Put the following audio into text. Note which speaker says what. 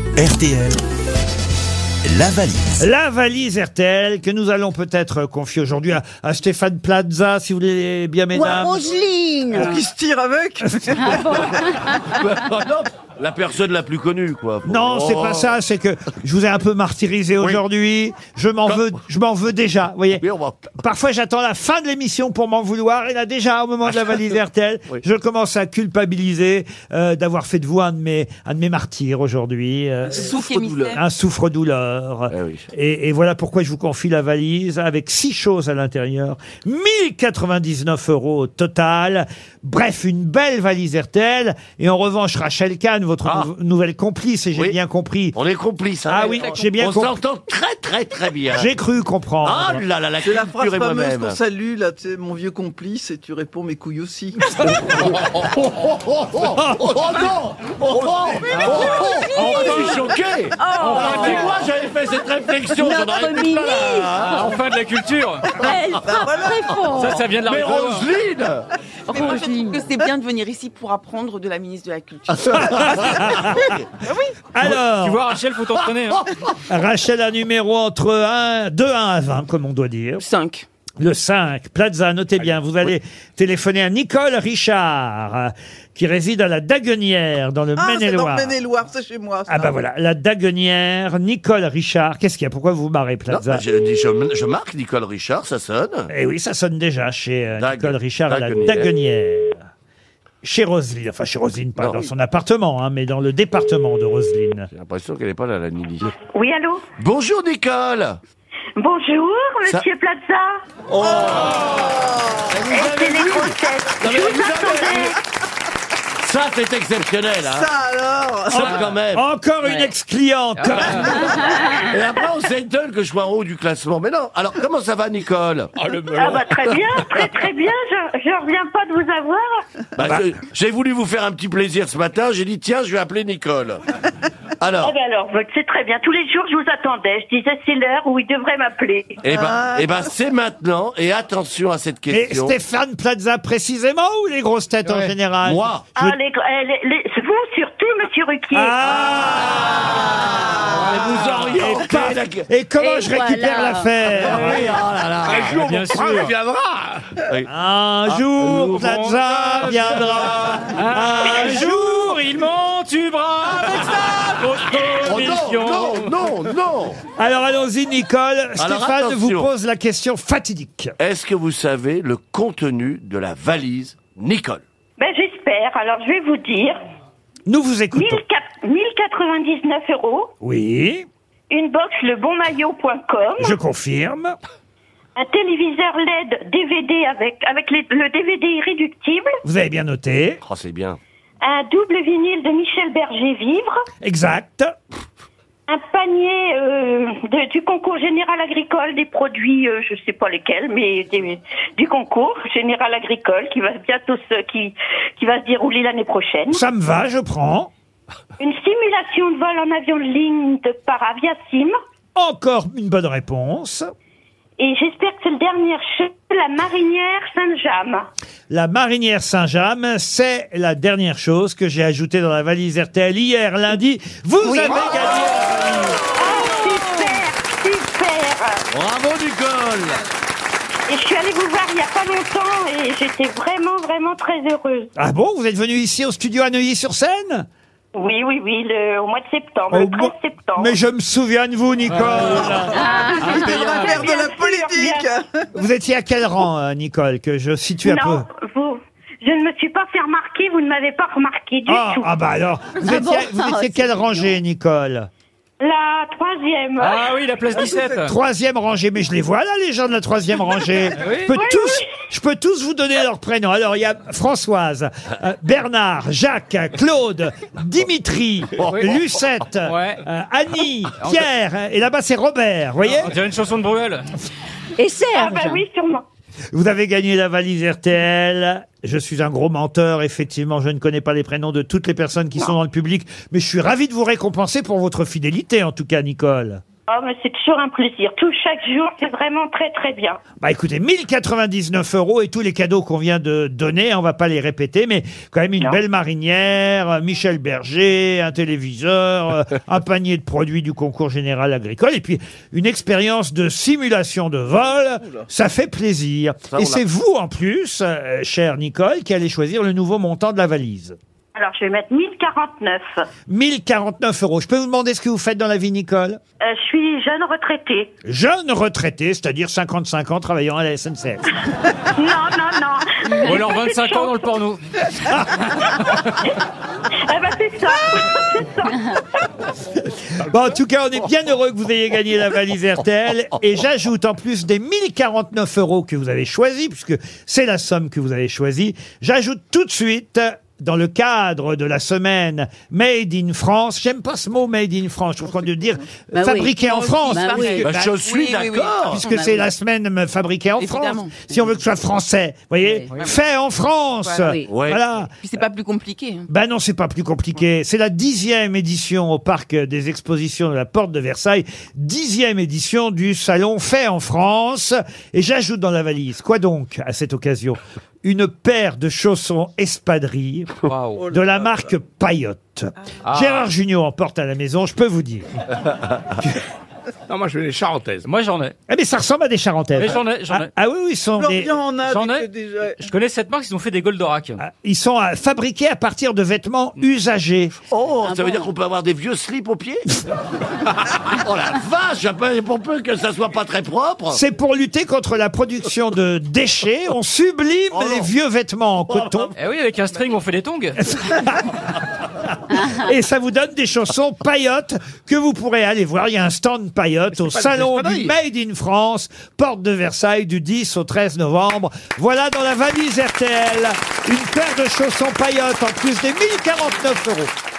Speaker 1: RTL, la valise.
Speaker 2: La valise RTL que nous allons peut-être confier aujourd'hui à, à Stéphane Plaza, si vous voulez bien,
Speaker 3: Ou
Speaker 2: mesdames.
Speaker 3: à Roselyne
Speaker 4: Ah.
Speaker 5: Qui se tire avec
Speaker 6: La personne la plus connue, quoi.
Speaker 2: Non, c'est
Speaker 6: Oh.
Speaker 2: pas ça, c'est que je vous ai un peu martyrisé aujourd'hui. Je m'en veux, je m'en veux déjà, vous voyez.
Speaker 6: Oui, on va-
Speaker 2: Parfois, j'attends la fin de l'émission pour m'en vouloir. Et là, déjà, au moment de la valise RTL, je commence à culpabiliser euh, d'avoir fait de vous un de mes, un de mes martyrs aujourd'hui. euh, un souffre-douleur.
Speaker 6: Eh oui.
Speaker 2: et, et voilà pourquoi je vous confie la valise avec six choses à l'intérieur. 1099 euros au total. Bref, une belle valise RTL. Et en revanche, Rachel Kahn, votre
Speaker 6: Ah.
Speaker 2: nou- nouvelle complice, et j'ai
Speaker 6: Oui.
Speaker 2: bien compris.
Speaker 6: On est complices. hein.
Speaker 2: Ah oui,
Speaker 6: On-
Speaker 2: j'ai bien
Speaker 6: On
Speaker 2: compris.
Speaker 6: s'entend très, très, très bien.
Speaker 2: J'ai cru comprendre.
Speaker 6: Ah là là, la
Speaker 5: C'est la
Speaker 6: culture
Speaker 5: phrase
Speaker 6: et
Speaker 5: fameuse
Speaker 6: moi-même.
Speaker 5: qu'on salue, là, tu sais, mon vieux complice, et tu réponds mes couilles aussi.
Speaker 6: Enfin, je suis choqué. Enfin, dis-moi, j'avais fait cette réflexion. j'en
Speaker 7: Notre
Speaker 6: aurais pu pas
Speaker 7: ministre.
Speaker 6: là.
Speaker 4: Ah, enfin de la culture
Speaker 7: Elle frappe très fort.
Speaker 4: Ça, ça vient de la
Speaker 6: Mais
Speaker 4: rigole.
Speaker 6: Roselyne
Speaker 8: Mais moi, je trouve que c'est bien de venir ici pour apprendre de la ministre de la
Speaker 7: Ah,
Speaker 8: Culture.
Speaker 2: Alors,
Speaker 4: Tu vois, Rachel, faut t'entraîner. hein.
Speaker 2: Rachel a numéro entre 1, de 1 à 20, comme on doit dire.
Speaker 8: 5.
Speaker 2: Le 5, Plaza, notez bien, vous allez téléphoner à Nicole Richard, euh, qui réside à la Daguenière, dans le
Speaker 5: Ah, c'est dans
Speaker 2: Maine-et-Loire.
Speaker 5: Maine-et-Loire, c'est chez moi. ça.
Speaker 2: Ah bah voilà, la Daguenière, Nicole Richard. Qu'est-ce qu'il y a Pourquoi vous vous marrez,
Speaker 6: Non, bah,
Speaker 2: Plaza
Speaker 6: je, dis- je- je marque Nicole Richard, ça sonne.
Speaker 2: Eh oui, ça sonne déjà chez euh,
Speaker 6: Dag-
Speaker 2: Nicole Richard à la
Speaker 6: Daguenière.
Speaker 2: Daguenière. Chez Roselyne, enfin chez Roselyne, pas
Speaker 6: Non.
Speaker 2: dans son appartement, hein, mais dans le département de Roselyne.
Speaker 6: J'ai l'impression qu'elle n'est pas là, la Nini.
Speaker 9: Oui, allô
Speaker 6: Bonjour, Nicole
Speaker 9: Bonjour,
Speaker 6: Ça-
Speaker 9: monsieur Plaza.
Speaker 6: Non,
Speaker 9: Oh C'est les grosses têtes.
Speaker 6: Ah, mais
Speaker 9: Je vous
Speaker 6: vous avez-
Speaker 9: attendais.
Speaker 6: Ça, c'est exceptionnel, hein.
Speaker 5: Ça alors
Speaker 6: Ça, quand même.
Speaker 2: Encore une
Speaker 4: Ah,
Speaker 2: ex-cliente
Speaker 6: Et après, on s'étonne que je sois en haut du classement. Mais non. Alors, comment ça va, Nicole
Speaker 4: Oh, le melon.
Speaker 9: Ah bah très bien, très très bien. Je, je reviens pas de vous avoir.
Speaker 6: Bah, je- J'ai voulu vous faire un petit plaisir ce matin. J'ai dit, tiens, je vais appeler Nicole. Alors,
Speaker 9: Eh ben alors, votre- c'est très bien. Tous les jours, je vous attendais. Je disais c'est l'heure où il devrait m'appeler.
Speaker 6: eh ben, eh ben c'est maintenant. Et attention à cette
Speaker 2: Et
Speaker 6: question.
Speaker 2: Stéphane Plaza précisément ou les grosses têtes en général
Speaker 6: Moi.
Speaker 2: Je-
Speaker 9: Ah, les, gr- eh, les- les- vous surtout, monsieur Ruquier.
Speaker 2: Ah,
Speaker 6: Ah, vous auriez
Speaker 2: Et
Speaker 6: pas la-
Speaker 2: par- Et comment
Speaker 7: Et
Speaker 2: je récupère
Speaker 7: voilà.
Speaker 2: l'affaire
Speaker 6: Oui, oh là là.
Speaker 4: Bien sûr.
Speaker 6: Oui.
Speaker 2: Un jour, Plaza viendra. Un jour, il m'en...
Speaker 4: Mon tu bras avec sa grosse
Speaker 6: Oh
Speaker 4: commission.
Speaker 6: non, non, non, non.
Speaker 2: Alors allons-y, Nicole. Stéphane
Speaker 6: attention.
Speaker 2: vous pose la question fatidique.
Speaker 6: Est-ce que vous savez le contenu de la valise Nicole
Speaker 9: Ben j'espère. Alors je vais vous dire
Speaker 2: Nous vous écoutons.
Speaker 9: 1004 1099 euros,
Speaker 2: Oui,
Speaker 9: une box lebonmaillot.com,
Speaker 2: je confirme.
Speaker 9: un téléviseur E LED DVD avec avec les- le DVD irréductible.
Speaker 2: Vous avez bien noté.
Speaker 6: Oh, c'est bien.
Speaker 9: Un double vinyle de Michel Berger Vivre.
Speaker 2: Exact.
Speaker 9: Un panier euh, de- du concours général agricole des produits, euh, je sais pas lesquels, mais des- du concours général agricole qui va bientôt se, qui, qui va se dérouler l'année prochaine.
Speaker 2: Ça me va, je prends.
Speaker 9: Une simulation de vol en avion de ligne de, par Aviasim.
Speaker 2: Encore une bonne réponse.
Speaker 9: Et j'espère que c'est le dernier chef, la marinière Saint-James.
Speaker 2: La marinière Saint-James, c'est la dernière chose que j'ai ajoutée dans la valise RTL hier lundi. Vous avez
Speaker 9: Ah.
Speaker 2: gagné
Speaker 9: Oh, super, super
Speaker 6: Bravo, Nicole
Speaker 9: Et je suis allée vous voir il y a pas longtemps et j'étais vraiment, vraiment très heureuse.
Speaker 2: Ah bon, vous êtes venu ici au studio à Neuilly-sur-Seine
Speaker 9: Oui, oui, oui, le, au mois de septembre,
Speaker 2: Au
Speaker 9: le 13
Speaker 2: mois-
Speaker 9: septembre.
Speaker 2: Mais je me souviens de vous, Nicole. Ah,
Speaker 5: On
Speaker 9: Ah,
Speaker 5: va faire de la politique
Speaker 2: Vous étiez à quel rang, euh, Nicole, que je situe un
Speaker 9: Non,
Speaker 2: peu
Speaker 9: vous, je ne me suis pas fait remarquer, vous ne m'avez pas remarqué du
Speaker 2: ah,
Speaker 9: tout.
Speaker 2: ah bah alors, vous
Speaker 7: Ah
Speaker 2: étiez,
Speaker 7: bon
Speaker 2: vous étiez
Speaker 7: Ah, c'est
Speaker 2: quelle
Speaker 7: mignon.
Speaker 2: rangée, Nicole
Speaker 9: La troisième.
Speaker 4: Ah oui, la place 17.
Speaker 2: Troisième rangée, mais je les vois là, les gens de la troisième rangée. Je, peux tous, je peux tous vous donner leurs prénoms. Alors, il y a Françoise, euh, Bernard, Jacques, Claude, Dimitri, Lucette,
Speaker 4: Ouais.
Speaker 2: euh, Annie, Pierre, euh, et là-bas, c'est Robert, vous voyez
Speaker 4: On dirait une chanson de Bruel.
Speaker 7: Et
Speaker 9: Ah
Speaker 7: Serge
Speaker 9: bah oui, sûrement.
Speaker 2: Vous avez gagné la valise RTL. Je suis un gros menteur, effectivement. Je ne connais pas les prénoms de toutes les personnes qui sont dans le public, mais je suis ravi de vous récompenser pour votre fidélité, en tout cas, Nicole.
Speaker 9: Oh, mais c'est toujours un plaisir. Tout chaque jour, c'est vraiment très très bien.
Speaker 2: Bah écoutez, 1099 euros et tous les cadeaux qu'on vient de donner, hein, on va pas les répéter, mais quand même une belle marinière, euh, Michel Berger, un téléviseur, euh, un panier de produits du concours général agricole, et puis une expérience de simulation de vol, ça fait plaisir.
Speaker 6: Ça, on
Speaker 2: et
Speaker 6: l'a.
Speaker 2: c'est vous en plus, euh, chère Nicole, qui allez choisir le nouveau montant de la valise.
Speaker 9: Alors, je vais mettre Euh, 1049.
Speaker 2: 1049 euros. Je peux vous demander ce que vous faites dans la vie, Nicole
Speaker 9: Euh, je suis jeune retraitée.
Speaker 2: Jeune retraité, c'est-à-dire 55 ans travaillant à la SNCF.
Speaker 9: Non, non, non.
Speaker 4: Ou alors 25 ans dans le porno.
Speaker 9: Eh ben, c'est ça.
Speaker 4: Ah
Speaker 2: Bon, en tout cas, on est bien heureux que vous ayez gagné la valise RTL. Et j'ajoute en plus des 1049 euros que vous avez choisis, puisque c'est la somme que vous avez choisie, j'ajoute tout de suite. Dans le cadre de la semaine Made in France, j'aime pas ce mot Made in France, je trouve qu'on doit dire
Speaker 7: Bah oui.
Speaker 2: fabriqué en France.
Speaker 7: Bah oui. Bah
Speaker 6: Bah, je suis
Speaker 8: oui, oui, oui.
Speaker 6: d'accord.
Speaker 2: Puisque c'est la semaine me- fabriquée en
Speaker 8: Évidemment.
Speaker 2: France. Si on veut que ce soit français, vous voyez, fait en France.
Speaker 8: Voilà,
Speaker 7: oui.
Speaker 6: Ouais.
Speaker 2: Voilà.
Speaker 8: Puis c'est pas plus compliqué. hein.
Speaker 2: Ben non, c'est pas plus compliqué. C'est la dixième édition au parc euh, des expositions de la Porte de Versailles, dixième édition du salon fait en France. Et j'ajoute dans la valise, quoi donc à cette occasion Une paire de chaussons espadrilles
Speaker 4: Waouh. Ah.
Speaker 2: de la marque Payotte. Gérard Junior en porte à la maison, je peux vous dire.
Speaker 3: Non, moi je veux les charentaises.
Speaker 4: Moi j'en ai.
Speaker 2: Ah mais ça ressemble à des
Speaker 4: Mais
Speaker 2: charentaises.
Speaker 4: j'en ai, j'en
Speaker 2: Ah,
Speaker 4: ai.
Speaker 2: ah oui, oui, ils sont, des-
Speaker 5: Florian en a
Speaker 4: J'en ai.
Speaker 5: ah, des- déjà.
Speaker 4: Je connais cette marque, ils ont fait des Goldorak.
Speaker 2: ah, ils sont euh, fabriqués à partir de vêtements usagés.
Speaker 6: Oh, ça
Speaker 7: bon
Speaker 6: veut dire qu'on peut avoir des vieux slips aux pieds Oh la vache, après, pour peu que ça soit pas très propre.
Speaker 2: C'est pour lutter contre la production de déchets. On sublime
Speaker 3: Oh
Speaker 2: les vieux vêtements en coton
Speaker 4: Eh oui, avec un string, on fait des tongs.
Speaker 2: et ça vous donne des chaussons paillotes que vous pourrez aller voir. Il y a un stand paillotes au
Speaker 3: pas des
Speaker 2: salon du
Speaker 3: espadrilles.
Speaker 2: Made in France, porte de Versailles, du 10 au 13 novembre. Voilà dans la valise RTL une paire de chaussons paillotes en plus des 1049 euros.